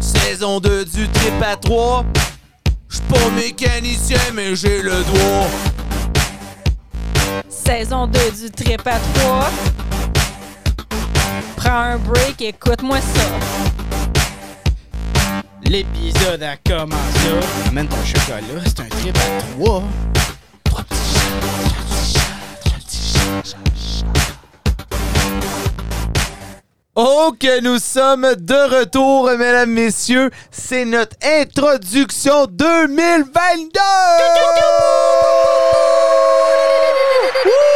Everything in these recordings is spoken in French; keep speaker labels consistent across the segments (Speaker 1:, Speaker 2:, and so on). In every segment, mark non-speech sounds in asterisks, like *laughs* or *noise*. Speaker 1: Saison 2 du trip à 3. J'suis pas mécanicien, mais j'ai le doigt.
Speaker 2: Saison 2 du Trip à 3. Prends un break, écoute-moi ça.
Speaker 3: L'épisode a commencé. Amène ton chocolat, c'est un trip à trois.
Speaker 1: Oh, que nous sommes de retour, mesdames, messieurs. C'est notre introduction 2022!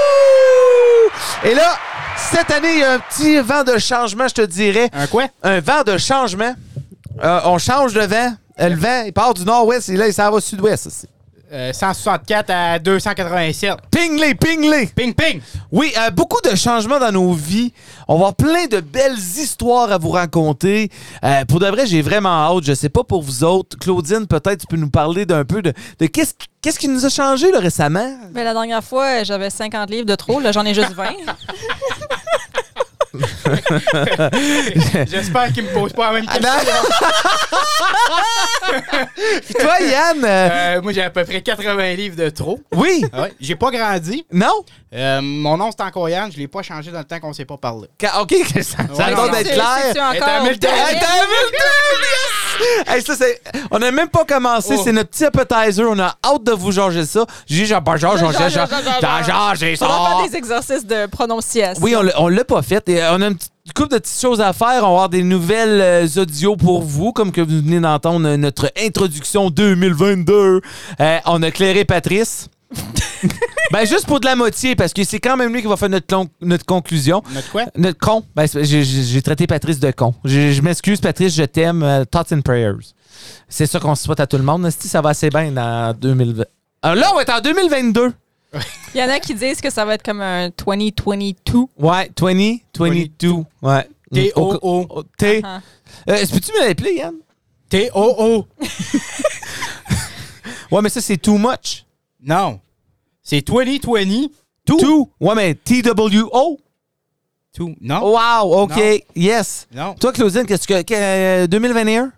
Speaker 1: Wouh! Et là, cette année, il y a un petit vent de changement, je te dirais.
Speaker 3: Un quoi?
Speaker 1: Un vent de changement. Euh, on change de vent. Euh, Le vent, il part du nord-ouest et là, il s'en va sud-ouest. aussi.
Speaker 3: Euh, 164 à 287.
Speaker 1: Pingley, pingley!
Speaker 3: Ping *laughs* ping!
Speaker 1: Oui, euh, beaucoup de changements dans nos vies. On va avoir plein de belles histoires à vous raconter. Euh, pour de vrai, j'ai vraiment hâte. Je sais pas pour vous autres. Claudine, peut-être tu peux nous parler d'un peu de, de qu'est-ce qui- qu'est-ce qui nous a changé là, récemment.
Speaker 2: *laughs* Mais la dernière fois, j'avais 50 livres de trop, là j'en ai
Speaker 1: *laughs*
Speaker 2: juste 20.
Speaker 3: J'espère qu'il me pose pas la même question.
Speaker 1: Puis toi, Yann, euh,
Speaker 3: Euh, moi, j'ai à peu près 80 livres de trop.
Speaker 1: oui,
Speaker 3: Ah ouais, j'ai pas grandi.
Speaker 1: non?
Speaker 3: Euh, mon nom, c'est encore Yann. Je l'ai pas changé dans le temps qu'on s'est pas parlé.
Speaker 1: Ca- OK, *laughs* ça, ça a
Speaker 3: Ouais,
Speaker 1: l'air
Speaker 3: non,
Speaker 1: d'être
Speaker 2: C'est-
Speaker 1: clair.
Speaker 2: c'est-tu encore
Speaker 3: Hey, t'as mille-
Speaker 2: de-
Speaker 1: Hey, Eh, t'as vu le temps, yes! Hey, ça, c'est- on n'a même pas commencé,
Speaker 3: Oh.
Speaker 1: c'est notre petit appetizer. On a hâte de vous janger ça. J'ai j'ai pas genre,
Speaker 2: Genre,
Speaker 1: j'ai
Speaker 2: genre, genre, genre.
Speaker 1: j'ai
Speaker 2: Faudra
Speaker 1: ça.
Speaker 2: faire des exercices de prononciation.
Speaker 1: Ah. Oui, on l'a- on l'a pas fait. Et euh, on a une petite couple de petites choses à faire. On va avoir des nouvelles euh, audios pour vous, comme que vous venez d'entendre euh, notre introduction 2022. Euh, on a clairé Patrice. *laughs* ben juste pour de la moitié, parce que c'est quand même lui qui va faire notre, clon- notre conclusion.
Speaker 3: Notre quoi?
Speaker 1: Notre con. Ben, c'est- j'ai- j'ai j'ai traité Patrice de con. Je, je m'excuse, Patrice, je t'aime. Euh, thoughts and prayers. C'est ça qu'on se souhaite à tout le monde. Si ça va assez bien dans 2020. Ah, là, on va être en 2022.
Speaker 2: Il y en a qui disent que ça va être comme un 2022.
Speaker 1: Ouais, 20, 22. Ouais.
Speaker 3: T-O-O.
Speaker 1: Oh, T.
Speaker 2: Ah.
Speaker 1: Euh, est-ce que tu me l'appeler, Yann?
Speaker 3: T-O-O.
Speaker 1: Ouais, mais ça, c'est too much.
Speaker 3: Non. C'est 2020. Tout.
Speaker 1: Too. Ouais, mais T-W-O.
Speaker 3: Tout. Non.
Speaker 1: Wow, OK.
Speaker 3: Non.
Speaker 1: Yes.
Speaker 3: Non.
Speaker 1: Toi, Claudine, qu'est-ce que. que- euh, 2021?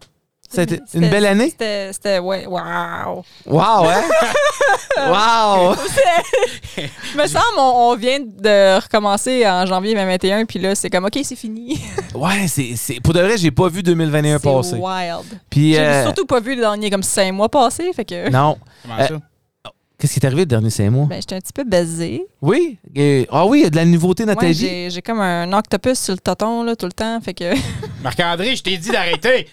Speaker 1: C'était une
Speaker 2: C'était-
Speaker 1: belle année?
Speaker 2: C'était, c'était, ouais, wow.
Speaker 1: Wow, hein? wow!
Speaker 2: me semble, on, on vient de recommencer en janvier 2021, puis là, c'est comme, OK, c'est fini.
Speaker 1: Ouais, c'est, c'est- pour de vrai, j'ai pas vu 2021
Speaker 2: *laughs* c'est
Speaker 1: passer.
Speaker 2: wild.
Speaker 1: Puis
Speaker 2: J'ai
Speaker 1: euh,
Speaker 2: surtout pas vu le dernier comme cinq mois passés, fait que...
Speaker 1: non,
Speaker 3: Comment
Speaker 1: Euh,
Speaker 3: ça?
Speaker 1: qu'est-ce qui est arrivé le dernier cinq mois
Speaker 2: Ben, j'étais un petit peu baisée.
Speaker 1: Oui, euh, ah oui, il y a de la nouveauté dans ta
Speaker 2: Ouais,
Speaker 1: vie.
Speaker 2: j'ai, j'ai comme un octopus sur le tonton là, tout le temps.
Speaker 1: *laughs*
Speaker 2: Fait que
Speaker 3: Marc-André, je t'ai dit d'arrêter.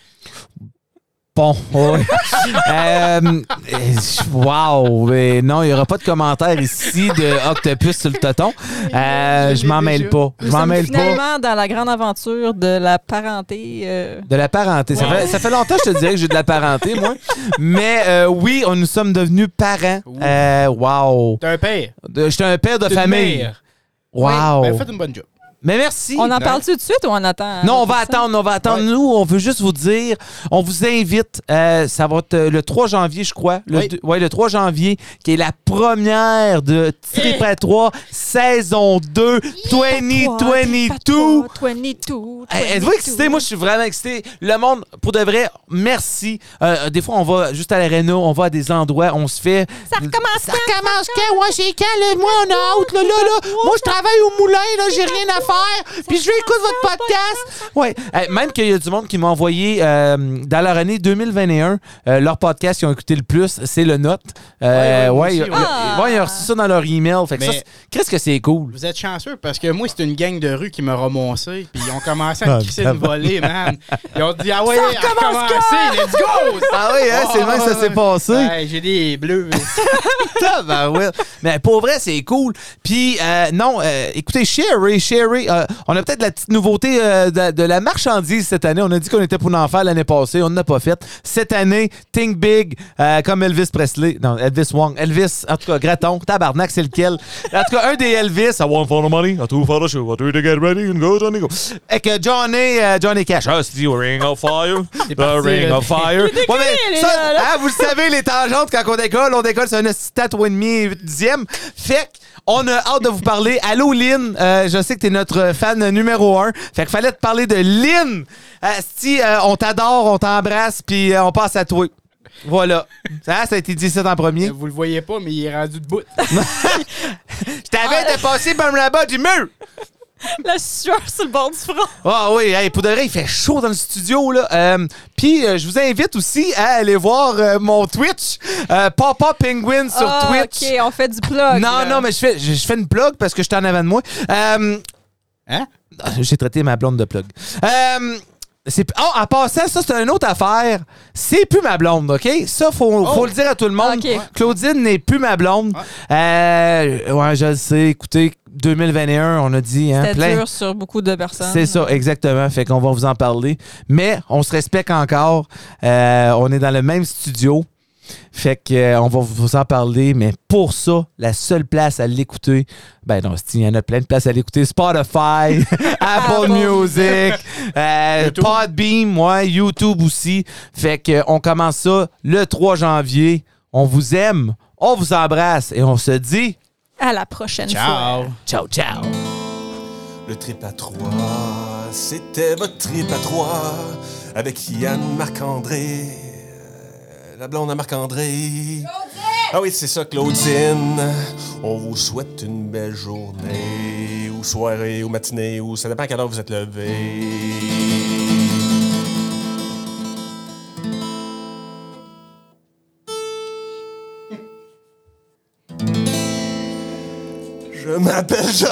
Speaker 1: Bon, ouais. *laughs* Euh, euh, wow, mais non, il y aura pas de commentaire ici de Octopus sur le
Speaker 2: *laughs*
Speaker 1: tonton. Euh, je m'en mêle pas, je
Speaker 2: nous
Speaker 1: m'en
Speaker 2: sommes
Speaker 1: mêle pas.
Speaker 2: finalement dans la grande aventure de la parenté. euh,
Speaker 1: De la parenté. Ça,
Speaker 3: Ouais.
Speaker 1: fait, ça fait longtemps que je te dirais que j'ai de la parenté, moi. Mais euh, oui, on, nous sommes devenus parents. Euh, wow.
Speaker 3: T'es un père.
Speaker 1: De- J'étais un père de
Speaker 3: T'es une
Speaker 1: famille.
Speaker 3: mère.
Speaker 1: Wow.
Speaker 3: Ben, faites une bonne job.
Speaker 1: Mais merci.
Speaker 2: on en
Speaker 3: non.
Speaker 2: parle-tu tout de suite ou on attend?
Speaker 1: Non, on
Speaker 2: avant
Speaker 1: va
Speaker 2: Ah, ça?
Speaker 1: attendre, on va attendre.
Speaker 3: Ouais.
Speaker 1: Nous, on veut juste vous dire, on vous invite, euh, ça va être euh, le 3 janvier, je crois. Le,
Speaker 3: Oui.
Speaker 1: deux- ouais, le 3 janvier, qui est la première de Trip à 3, saison 2, 2022.
Speaker 2: Pas toi, 22.
Speaker 1: Hey, Eh, Êtes-vous excité? Moi, je suis vraiment excité. Le monde, pour de vrai, merci. Euh, des fois, on va juste à l'aréna, on va à des endroits, on se fait.
Speaker 2: Ça recommence
Speaker 1: *laughs* Ça recommence quand? Ouais, j'ai quand? Là, moi, on a hâte, là, là, là. Moi, je travaille au moulin, là, j'ai rien à faire. Puis je vais écouter votre podcast. Ouais. Hey, même qu'il y a du monde qui m'a envoyé, euh, dans leur année 2021, euh, leur podcast qu'ils ont écouté le plus, c'est le Note. Euh,
Speaker 3: Ouais, ouais, moi
Speaker 1: ouais,
Speaker 3: aussi,
Speaker 1: ils-
Speaker 3: ouais.
Speaker 1: ils- ouais, ils ont reçu ça dans leur email. Fait que
Speaker 3: Mais-
Speaker 1: ça, c'est- qu'est-ce que c'est cool?
Speaker 3: Vous êtes chanceux parce que moi, c'est une gang de rue qui m'a remoncé. Puis ils ont commencé
Speaker 1: Ah,
Speaker 3: à me crisser une volée, man. Ils ont dit, ah ouais,
Speaker 2: Ça
Speaker 3: on
Speaker 2: recommence
Speaker 3: recommencé, let's go!
Speaker 1: Ah oui, hein, c'est le même que ça s'est passé. Hein?
Speaker 3: Ouais, Ben, J'ai des bleus.
Speaker 1: *laughs* Tabarouette. Mais pour vrai, c'est cool. Puis, euh, non, euh, écoutez, Sherry, Sherry, euh, on a peut-être la petite nouveauté euh, de, de la marchandise cette année. On a dit qu'on était pour en faire l'année passée. On n'a pas fait. Cette année, Think Big, euh, comme Elvis Presley. Non, Elvis Wong. Elvis, en tout cas, Graton. Tabarnak, c'est lequel. En tout cas, un des Elvis. I want for the money, I too for the show, I too to get ready and go, Johnny, go. Et que Johnny, euh, Johnny Cash. Ah, c'est du Ring of Fire. The
Speaker 3: parti,
Speaker 1: Ring
Speaker 3: là.
Speaker 1: of Fire. Ouais, mais
Speaker 2: elle est
Speaker 1: ça,
Speaker 2: là, là.
Speaker 1: hein, vous le savez, les tangentes, quand on décolle, on décolle sur un esti tatoué et demi, huit dixième. Fait qu'on a hâte de vous parler. Allô, Lynn, euh, je sais que t'es notre notre fan numéro un. Fait qu'il fallait te parler de Lynn. Asti, euh, on t'adore, on t'embrasse, puis euh, on passe à toi. Voilà. Ça, ça a été dit ça en premier.
Speaker 3: Vous le voyez pas, mais il est rendu debout.
Speaker 1: Je
Speaker 2: Ah.
Speaker 1: t'avais dépassé par le bas du mur.
Speaker 2: La sueur sur le bord du front.
Speaker 1: Ah oui, hey, pour de vrai, il fait chaud dans le studio. là. Euh, Puis euh, je vous invite aussi à aller voir euh, mon Twitch, euh, Papa Penguin sur
Speaker 2: Ah,
Speaker 1: Twitch.
Speaker 2: OK, on fait du blog.
Speaker 1: Non,
Speaker 2: là.
Speaker 1: non, mais je fais, je, je fais une plug parce que je suis en avant de moi. Euh,
Speaker 3: Hein?
Speaker 1: ah, J'ai traité ma blonde de plug. Euh, c'est- oh, en passant, ça, c'est une autre affaire. C'est plus ma blonde, OK? Ça, faut, faut le dire à tout le monde.
Speaker 2: Oh. Ah, OK.
Speaker 1: Claudine n'est plus ma blonde. Euh, ouais, je le sais. Écoutez, 2021, on a dit, hein,
Speaker 2: C'était
Speaker 1: plein.
Speaker 2: dur sur beaucoup de personnes.
Speaker 1: C'est ça, exactement. Fait qu'on va vous en parler. Mais on se respecte encore. Euh, on est dans le même studio. Fait que euh, on va vous en parler, mais pour ça, la seule place à l'écouter, ben non, c'est- il y en a plein de places à l'écouter. Spotify, Apple
Speaker 2: Apple.
Speaker 1: Music, euh,
Speaker 3: YouTube.
Speaker 1: Podbeam, ouais, YouTube aussi. Fait que euh, on commence ça le 3 janvier. On vous aime, on vous embrasse et on se dit
Speaker 2: À la prochaine fois.
Speaker 3: Ciao!
Speaker 1: ciao ciao.
Speaker 4: Le trip à trois, c'était votre trip à trois avec Yann Marc-André. euh, La blonde à Marc-André. Ah oui, c'est ça, Claudine. On vous souhaite une belle journée, ou soirée, ou matinée, ou ça dépend à quelle heure vous êtes levé. Je m'appelle Jean.